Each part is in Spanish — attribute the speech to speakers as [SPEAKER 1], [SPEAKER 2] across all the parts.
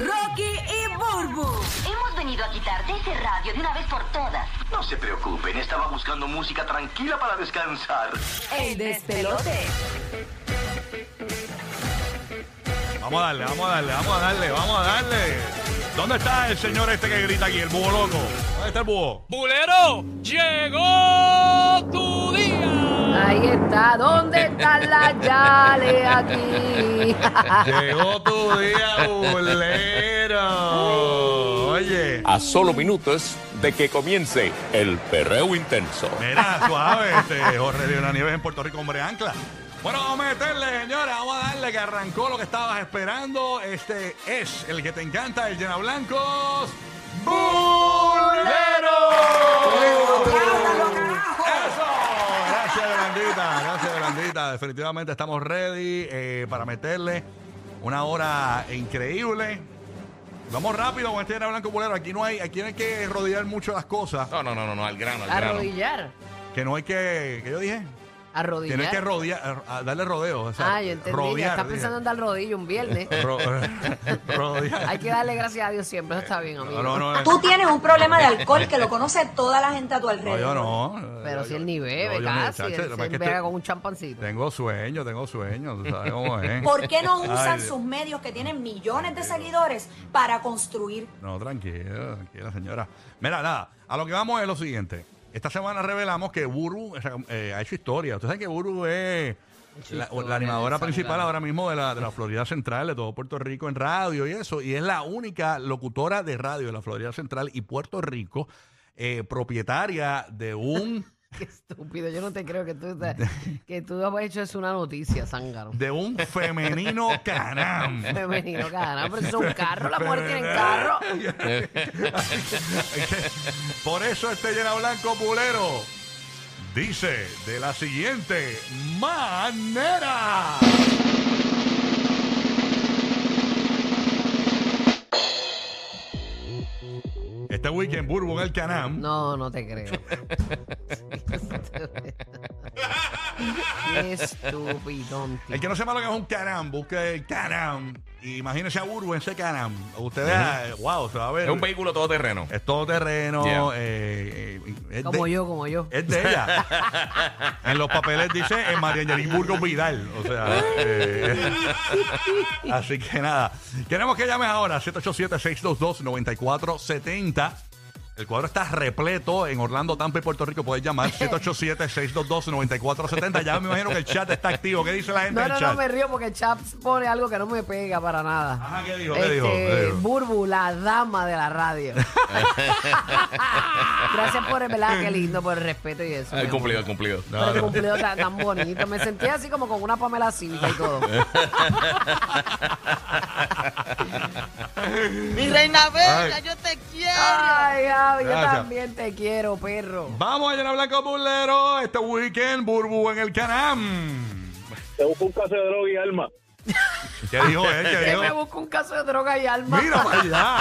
[SPEAKER 1] Rocky y Burbu.
[SPEAKER 2] Hemos venido a quitarte ese radio de una vez por todas.
[SPEAKER 3] No se preocupen, estaba buscando música tranquila para descansar.
[SPEAKER 1] El despelote.
[SPEAKER 4] Vamos a darle, vamos a darle, vamos a darle, vamos a darle. ¿Dónde está el señor este que grita aquí, el búho loco? ¿Dónde está el búho?
[SPEAKER 5] Bulero, llegó tu día.
[SPEAKER 1] Ahí está. ¿Dónde están las yales aquí?
[SPEAKER 4] Llegó tu día, bulero. Oye,
[SPEAKER 6] a solo minutos de que comience el perreo intenso.
[SPEAKER 4] mira, suave, este Jorge de una Nieves en Puerto Rico, hombre ancla. Bueno, vamos a meterle, señora, vamos a darle que arrancó lo que estabas esperando. Este es el que te encanta, el llena blancos. ¡Bulero! ¡Eso! Gracias, Yolandita. Gracias, Yolandita. Definitivamente estamos ready eh, para meterle una hora increíble. Vamos rápido con este era blanco bolero. Aquí no hay, aquí no hay que rodear mucho las cosas.
[SPEAKER 6] No, no, no, no, no, al grano, al grano.
[SPEAKER 1] Arrodillar.
[SPEAKER 4] Que no hay que. ¿Qué yo dije? Tienes
[SPEAKER 1] Arrodillar.
[SPEAKER 4] que rodear, a- a darle rodeo. o sea,
[SPEAKER 1] Ah, yo entendí.
[SPEAKER 4] rodear,
[SPEAKER 1] ya está
[SPEAKER 4] dije.
[SPEAKER 1] pensando en dar rodillo un viernes.
[SPEAKER 4] Ro- rodear.
[SPEAKER 1] Hay que darle gracias a Dios siempre. Eso está bien, amigo.
[SPEAKER 4] No, no, no. no.
[SPEAKER 7] Tú tienes un problema de alcohol que lo conoce toda la gente a tu
[SPEAKER 4] No,
[SPEAKER 7] alrededor.
[SPEAKER 4] yo no.
[SPEAKER 1] Pero
[SPEAKER 4] Yo-
[SPEAKER 1] si él
[SPEAKER 4] yo-
[SPEAKER 1] ni bebe,
[SPEAKER 4] yo- yo ni-
[SPEAKER 1] casi.
[SPEAKER 4] chacho,
[SPEAKER 1] él
[SPEAKER 4] lo
[SPEAKER 1] se
[SPEAKER 4] más que
[SPEAKER 1] embriaga
[SPEAKER 4] estoy-
[SPEAKER 1] con un champancito.
[SPEAKER 4] Tengo sueño, tengo sueño, tú sabes cómo es.
[SPEAKER 7] ¿Por qué no usan
[SPEAKER 4] Ay,
[SPEAKER 7] sus medios que tienen millones de seguidores para construir?
[SPEAKER 4] No, tranquila, tranquila, señora. Mira, nada, a lo que vamos es lo siguiente. Esta semana revelamos que Buru o sea, eh, ha hecho historia. Usted sabe que Buru es la, la animadora principal ahora mismo de la, de la Florida Central, de todo Puerto Rico en radio y eso. Y es la única locutora de radio de la Florida Central y Puerto Rico, eh, propietaria de un
[SPEAKER 1] Qué estúpido. Yo no te creo que tú, te- que tú has hecho es una noticia, zángaro.
[SPEAKER 4] de un femenino canam.
[SPEAKER 1] Femenino, caramba. Pero eso es un carro. Las mujeres tienen carro.
[SPEAKER 4] Por eso este llena blanco pulero dice de la siguiente manera. Este weekend Burbu en el Canam.
[SPEAKER 1] No, no te creo. Qué estúpido.
[SPEAKER 4] El que no sepa lo que es un Canam, busque el Canam. Imagínese a Burbu en ese Canam. Usted vea, wow, se va a ver.
[SPEAKER 6] Es un vehículo todoterreno.
[SPEAKER 4] Es todoterreno.
[SPEAKER 6] Yeah.
[SPEAKER 4] eh, eh, es
[SPEAKER 1] Como
[SPEAKER 4] de-
[SPEAKER 1] yo, como yo.
[SPEAKER 4] Es de ella. en los papeles dice en María Angelín Burgos Vidal. O sea, eh, así que nada. Queremos que llames ahora 787-622-9470. El cuadro está repleto en Orlando, Tampa y Puerto Rico. Puedes llamar 787-622-9470. Ya me imagino que el chat está activo. ¿Qué dice la gente
[SPEAKER 1] No,
[SPEAKER 4] del
[SPEAKER 1] no,
[SPEAKER 4] chat?
[SPEAKER 1] no me río porque Chaps pone algo que no me pega para nada.
[SPEAKER 4] Ajá, ¿qué dijo? ¿Qué
[SPEAKER 1] Este,
[SPEAKER 4] dijo? ¿Qué dijo?
[SPEAKER 1] Burbu, la dama de la radio. Gracias por el ¿verdad? Qué lindo, por el respeto y
[SPEAKER 4] Ah.
[SPEAKER 1] eso. mi
[SPEAKER 6] El
[SPEAKER 1] amor.
[SPEAKER 6] cumplido, el cumplido.
[SPEAKER 1] Pero tu cumplido tan, tan bonito. Me sentí así como con una Pamela Silva y todo.
[SPEAKER 8] Mi reina bella,
[SPEAKER 4] Ay.
[SPEAKER 8] yo te quiero.
[SPEAKER 1] Ay, Gaby, yo
[SPEAKER 4] Gracias.
[SPEAKER 1] también te quiero, perro.
[SPEAKER 4] Vamos a llenar blanco burlero este weekend, Burbu en el Canam.
[SPEAKER 9] Te busco un caso de droga y alma.
[SPEAKER 4] ¿Qué dijo él? ¿Qué
[SPEAKER 1] Que me
[SPEAKER 4] dijo?
[SPEAKER 1] busco un caso de droga y alma.
[SPEAKER 4] Mira para allá.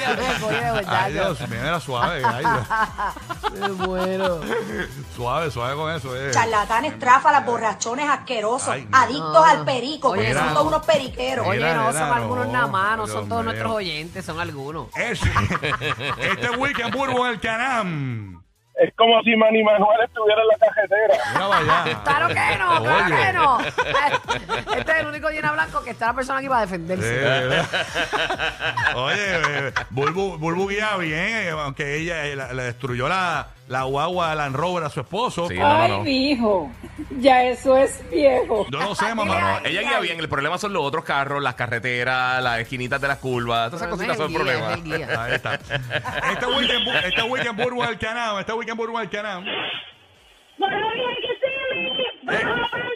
[SPEAKER 1] Ya me cogí de verdad,
[SPEAKER 4] Ay,
[SPEAKER 1] yo.
[SPEAKER 4] Dios mío, era suave. Ay, Dios.
[SPEAKER 1] Me muero.
[SPEAKER 4] Suave, suave con eso. Eh.
[SPEAKER 7] Charlatanes, tráfalas, borrachones asquerosos,
[SPEAKER 4] Ay, no.
[SPEAKER 7] adictos al perico,
[SPEAKER 1] Oye,
[SPEAKER 7] porque
[SPEAKER 4] no.
[SPEAKER 7] son todos unos periqueros.
[SPEAKER 4] Oye,
[SPEAKER 1] Oye,
[SPEAKER 4] Mira,
[SPEAKER 1] no,
[SPEAKER 4] nena,
[SPEAKER 1] son algunos
[SPEAKER 4] no,
[SPEAKER 1] nada más, no son
[SPEAKER 4] Dios
[SPEAKER 1] todos
[SPEAKER 4] mío.
[SPEAKER 1] nuestros oyentes, son algunos.
[SPEAKER 4] Ese- este weekend Burbu en el Canam.
[SPEAKER 9] Es como si Manny Manuel estuviera en la cajetera.
[SPEAKER 4] Mira para allá.
[SPEAKER 1] Claro que no, claro
[SPEAKER 4] Oye.
[SPEAKER 1] que no. Este es el único llena blanco que está la persona aquí para defenderse.
[SPEAKER 4] Eh, Oye, eh, Burbu, Burbu guía bien, eh, aunque ella eh, la- le destruyó la, la guagua Land Rover a su esposo.
[SPEAKER 6] Sí, no,
[SPEAKER 10] Ay,
[SPEAKER 6] no, no.
[SPEAKER 10] mi hijo, ya eso es viejo.
[SPEAKER 4] Yo no sé, mamá.
[SPEAKER 6] No, ella guía bien, el problema son los otros carros, las carreteras, las esquinitas de las curvas, todas esas
[SPEAKER 1] Pero no es
[SPEAKER 6] cositas
[SPEAKER 1] el
[SPEAKER 6] son
[SPEAKER 1] guía,
[SPEAKER 6] problemas.
[SPEAKER 1] es el guía.
[SPEAKER 4] Ahí está. Este weekend, Bu- este weekend Burbu en el Canam. Este weekend Burbu en el Canam.
[SPEAKER 10] ¡Bueno, bien que sí! ¡Vamos, Francis!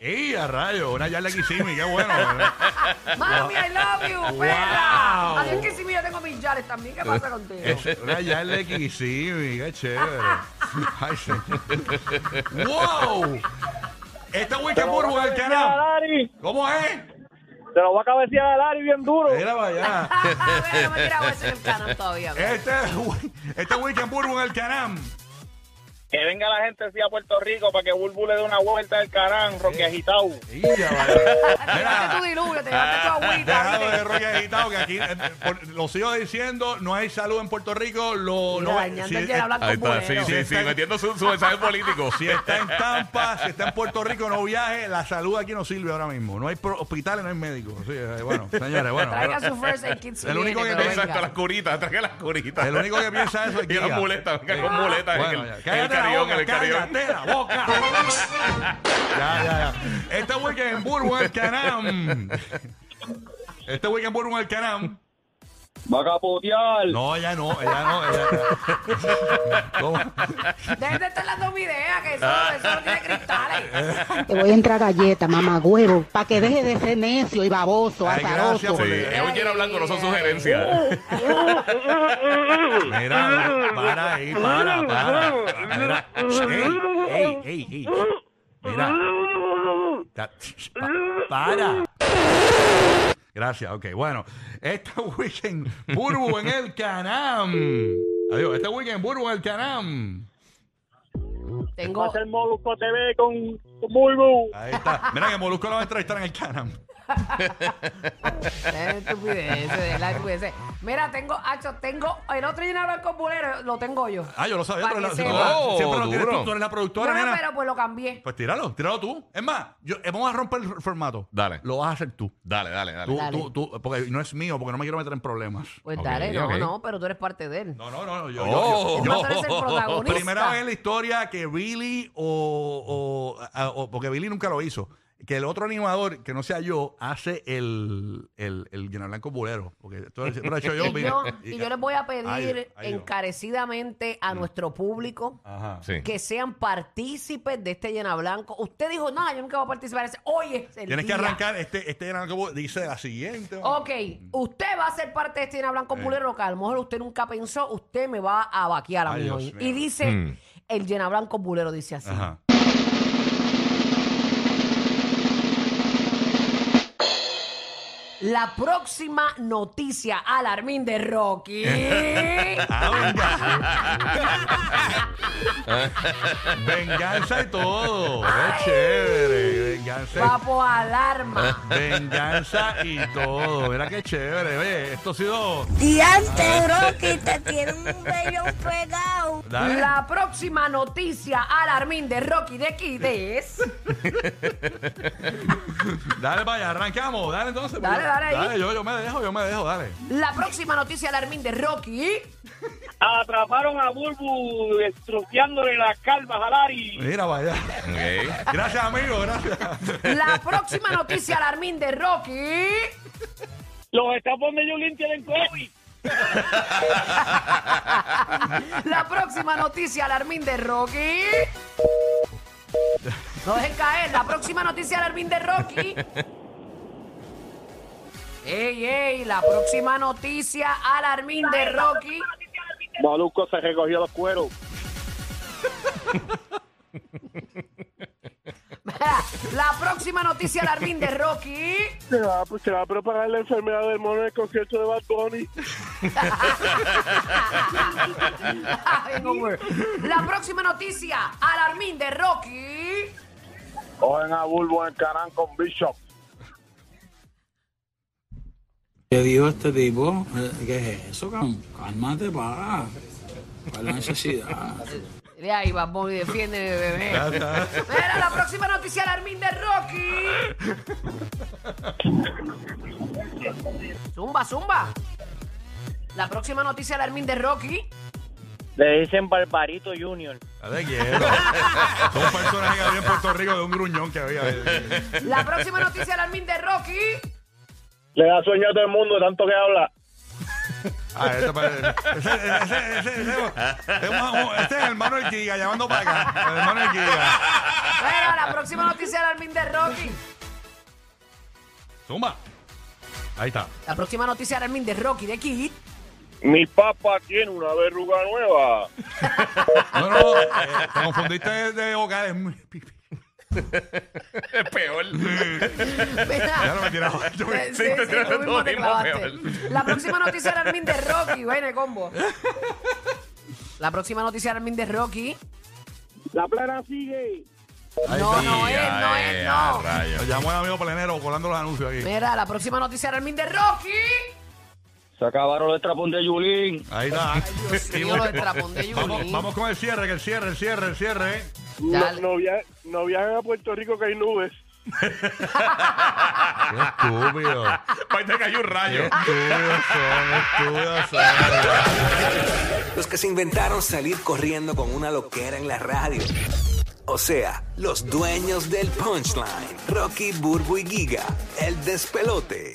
[SPEAKER 4] ¡Ey, Eh. a rayo! Una yarda Kissimmee, qué bueno.
[SPEAKER 1] Mami, I love you, perra. Así es que si yo tengo mis yares también. ¿Qué pasa contigo?
[SPEAKER 4] Es una yarda de Kissimmee, qué chévere. Ay, señor. ¡Wow! Este
[SPEAKER 9] Te lo
[SPEAKER 4] Wicked
[SPEAKER 9] va a
[SPEAKER 4] es el
[SPEAKER 9] cabecear a
[SPEAKER 4] canal.
[SPEAKER 9] Lari.
[SPEAKER 4] ¿Cómo es?
[SPEAKER 9] Te lo va a cabecear a Lari bien duro.
[SPEAKER 6] Eh.
[SPEAKER 4] Mira para allá.
[SPEAKER 1] Ah, Bueno, me tiraba ese en el canal todavía. ¿verdad?
[SPEAKER 4] Este, este Weekend Burbu en el Canam.
[SPEAKER 9] Que venga la gente así a Puerto Rico para que Bulbu le dé una vuelta del carán,
[SPEAKER 6] Eh.
[SPEAKER 9] Roque agitado.
[SPEAKER 4] Ella, vale.
[SPEAKER 1] Te llevaste tu diluvio, te llevaste tu agüita.
[SPEAKER 4] Déjalo de
[SPEAKER 1] ¿viste?
[SPEAKER 4] rollo agitado, que aquí eh, por- lo sigo diciendo, no hay salud en Puerto Rico. Lo,
[SPEAKER 1] Mira,
[SPEAKER 4] no,
[SPEAKER 1] dañando
[SPEAKER 4] si, eh,
[SPEAKER 1] el día de hablar
[SPEAKER 6] Ahí
[SPEAKER 1] con
[SPEAKER 6] está, sí,
[SPEAKER 1] bolero.
[SPEAKER 6] sí, sí, metiendo su, su mensaje político.
[SPEAKER 4] si está en Tampa, si está en Puerto Rico, no viaje, la salud aquí no sirve ahora mismo. No hay pro- hospitales, no hay médicos. Sí, eh, bueno, señores, bueno.
[SPEAKER 1] Traiga su first aid kit si
[SPEAKER 4] El único
[SPEAKER 1] viene,
[SPEAKER 4] que
[SPEAKER 1] pero
[SPEAKER 4] piensa-
[SPEAKER 1] venga.
[SPEAKER 6] Exacto, las curitas, traje las curitas.
[SPEAKER 4] El único que piensa eso es
[SPEAKER 6] Y las
[SPEAKER 4] Giga.
[SPEAKER 6] muletas, venga con muletas. en
[SPEAKER 4] Bueno,
[SPEAKER 6] el-
[SPEAKER 4] ya.
[SPEAKER 6] en
[SPEAKER 4] Cállate la
[SPEAKER 6] el carión,
[SPEAKER 4] boca,
[SPEAKER 6] en el carión.
[SPEAKER 4] cállate la boca. ya, ya, ya. Este weekend en Burbu el Canam. Este weekend en Burbu el Canam.
[SPEAKER 9] Va a capotear.
[SPEAKER 4] No, ya no, ya no. Ella... ¿Cómo?
[SPEAKER 1] Dejen de estar dando ideas, que eso, eso no tiene cristales.
[SPEAKER 10] Te voy a entrar galleta, mamá huevo, para que deje de ser necio y baboso,
[SPEAKER 4] Ay, gracias por
[SPEAKER 6] Sí,
[SPEAKER 4] leer.
[SPEAKER 6] es un lleno blanco, no son
[SPEAKER 4] Uh.
[SPEAKER 6] sugerencias.
[SPEAKER 4] Mira, para ahí, para, para. Mira, ey, ey, ey, ey. Mira. Ta- pa- para. Gracias, ok. Bueno, este weekend, Burbu en el Canam. Adiós, este weekend, Burbu en el Canam.
[SPEAKER 9] Va a
[SPEAKER 1] Tengo.
[SPEAKER 9] hacer Molusco TV con, con Bulbu.
[SPEAKER 4] Ahí está. Mira que Molusco lo va a entrevistar en el Canam.
[SPEAKER 1] Dejen de estupideces, dejen la estupidez. Mira, tengo, Acho, tengo. El otro lleno de hablar con bolero, lo tengo yo.
[SPEAKER 4] Ah, yo lo sabía,
[SPEAKER 1] Para
[SPEAKER 4] pero
[SPEAKER 1] que
[SPEAKER 4] la-
[SPEAKER 1] sepa.
[SPEAKER 4] la- siempre lo
[SPEAKER 6] Oh,
[SPEAKER 4] tienes tú,
[SPEAKER 6] duro.
[SPEAKER 4] tú eres la productora,
[SPEAKER 1] Bueno,
[SPEAKER 4] nena.
[SPEAKER 1] pero pues lo cambié.
[SPEAKER 4] Pues tíralo, tíralo tú. Es más, yo, eh, vamos a romper el formato.
[SPEAKER 6] Dale.
[SPEAKER 4] Lo vas a hacer tú.
[SPEAKER 6] Dale, dale, dale.
[SPEAKER 4] Tú,
[SPEAKER 1] Dale.
[SPEAKER 4] tú, tú, porque no es mío, porque no me quiero meter en problemas.
[SPEAKER 1] Pues
[SPEAKER 6] Ok,
[SPEAKER 1] dale, no,
[SPEAKER 6] ok.
[SPEAKER 1] no, pero tú eres parte de él.
[SPEAKER 4] No, no, no. Yo,
[SPEAKER 6] Oh.
[SPEAKER 4] yo- yo-
[SPEAKER 1] No, tú eres el protagonista.
[SPEAKER 4] primera vez en la historia que Billy o, o- a- o- porque Billy nunca lo hizo, que el otro animador que no sea yo hace el el el lleno blanco bulero, porque esto lo- siempre lo he hecho yo.
[SPEAKER 1] Y
[SPEAKER 4] Billy.
[SPEAKER 1] yo, y yo les voy a pedir
[SPEAKER 4] Ay, Dios, ay, Dios.
[SPEAKER 1] encarecidamente a nuestro público
[SPEAKER 4] Mm. Ajá.
[SPEAKER 6] Sí.
[SPEAKER 1] que sean partícipes de este llena blanco. Usted dijo, nada, yo nunca voy a participar. Hoy es el
[SPEAKER 4] Tienes que
[SPEAKER 1] día". Oh.
[SPEAKER 4] arrancar este este lleno blanco bulero dice la siguiente.
[SPEAKER 1] Ok, usted va a ser parte de este llena blanco
[SPEAKER 4] Eh.
[SPEAKER 1] pulero que a lo mejor usted nunca pensó, usted me va a vaquear a
[SPEAKER 4] Ay,
[SPEAKER 1] mí
[SPEAKER 4] Dios
[SPEAKER 1] hoy.
[SPEAKER 4] mío.
[SPEAKER 1] Y dice,
[SPEAKER 6] Mm.
[SPEAKER 1] el llena blanco pulero dice así.
[SPEAKER 4] Ajá.
[SPEAKER 1] La próxima noticia alarmín de Rocky.
[SPEAKER 4] Venganza y todo. Qué chévere. Venganza y
[SPEAKER 1] Papo alarma.
[SPEAKER 4] Venganza y todo. Mira qué chévere, ve. Esto ha sido.
[SPEAKER 10] Y antes, Rocky, te tiene un bello pegado.
[SPEAKER 4] Dale.
[SPEAKER 1] La próxima noticia alarmín de Rocky de Kid es...
[SPEAKER 4] Dale para allá, arrancamos. Dale entonces.
[SPEAKER 1] Dale,
[SPEAKER 4] Yo-
[SPEAKER 1] dale ahí.
[SPEAKER 4] Dale, yo, yo me dejo, yo me dejo, dale.
[SPEAKER 1] La próxima noticia alarmín de Rocky.
[SPEAKER 9] Atraparon a Bulbu destrociándole las calvas a
[SPEAKER 6] Eh.
[SPEAKER 9] Lari.
[SPEAKER 4] Mira para allá.
[SPEAKER 6] Ok.
[SPEAKER 4] Gracias, amigo, gracias.
[SPEAKER 1] La próxima noticia alarmín de Rocky.
[SPEAKER 9] Los estafos de Yulín tienen COVID.
[SPEAKER 1] La próxima noticia alarmín de Rocky. No dejen caer. La próxima noticia alarmín de Rocky. Ey, ey, la próxima noticia alarmín de Rocky.
[SPEAKER 9] Molusco se recogió los cueros.
[SPEAKER 1] La próxima noticia alarmín de Rocky.
[SPEAKER 9] Se va, se va a propagar la enfermedad del mono en el concierto de Bad Bunny.
[SPEAKER 1] Hangover. La próxima noticia alarmín de Rocky.
[SPEAKER 9] Cogen a Bulbo en el canal con Bishop.
[SPEAKER 11] Le dijo este tipo, ¿qué es eso, cabrón? Cálmate, pa. ¿Cuál es la necesidad?
[SPEAKER 1] De ahí va Bonnie, defiende bebé. Mira, la próxima noticia alarmín de Rocky. Zumba, zumba. La próxima noticia alarmín de Rocky.
[SPEAKER 9] Le dicen Barbarito Junior.
[SPEAKER 4] Ya te quiero. Son un personaje que había en Puerto Rico de un gruñón que había.
[SPEAKER 1] La próxima noticia alarmín de Rocky.
[SPEAKER 9] Le da sueño a todo el mundo, tanto que habla.
[SPEAKER 4] Ah, ese, ese, ese, ese, ese, ese, ese es el hermano del Giga, llamando para acá. El hermano del Giga.
[SPEAKER 1] Bueno, la próxima noticia de Armin de Rocky.
[SPEAKER 4] Zumba. Ahí está.
[SPEAKER 1] La próxima noticia de Armin de Rocky de Kid.
[SPEAKER 9] Mi papá tiene una verruga nueva.
[SPEAKER 4] No, no, eh, te confundiste de, de vocales.
[SPEAKER 6] Es peor.
[SPEAKER 4] Ya no me tiraba. Yo me-
[SPEAKER 1] Sí, sí,
[SPEAKER 6] te tiraste
[SPEAKER 1] tú mismo
[SPEAKER 6] todo
[SPEAKER 1] te
[SPEAKER 6] mismo,
[SPEAKER 1] clavaste.
[SPEAKER 6] peor.
[SPEAKER 1] La próxima noticia de Armin de Rocky. Bueno, el combo. La próxima noticia de Armin de Rocky.
[SPEAKER 9] La plena sigue.
[SPEAKER 1] No, no es, no
[SPEAKER 4] eh,
[SPEAKER 1] es, no.
[SPEAKER 4] Lo Llamó el amigo plenero colando los anuncios aquí.
[SPEAKER 1] Mira, la próxima noticia de Armin de Rocky.
[SPEAKER 9] Se acabaron los trapón de Yulín.
[SPEAKER 4] Ahí está.
[SPEAKER 1] Dios
[SPEAKER 4] Y
[SPEAKER 1] mío, lo
[SPEAKER 4] bueno,
[SPEAKER 1] del trapón de
[SPEAKER 4] vamos,
[SPEAKER 1] Yulín.
[SPEAKER 4] vamos con el cierre, que el cierre, el cierre, el cierre.
[SPEAKER 9] No,
[SPEAKER 1] Dale.
[SPEAKER 9] no, via- no viajan a Puerto Rico que hay nubes.
[SPEAKER 4] Qué estúpido.
[SPEAKER 6] Ahí te cayó un rayo.
[SPEAKER 4] Estúpidos son, estúpidos son.
[SPEAKER 12] Los que se inventaron salir corriendo con una loquera en la radio. O sea, los dueños del punchline. Rocky, Burbu y Giga. El despelote.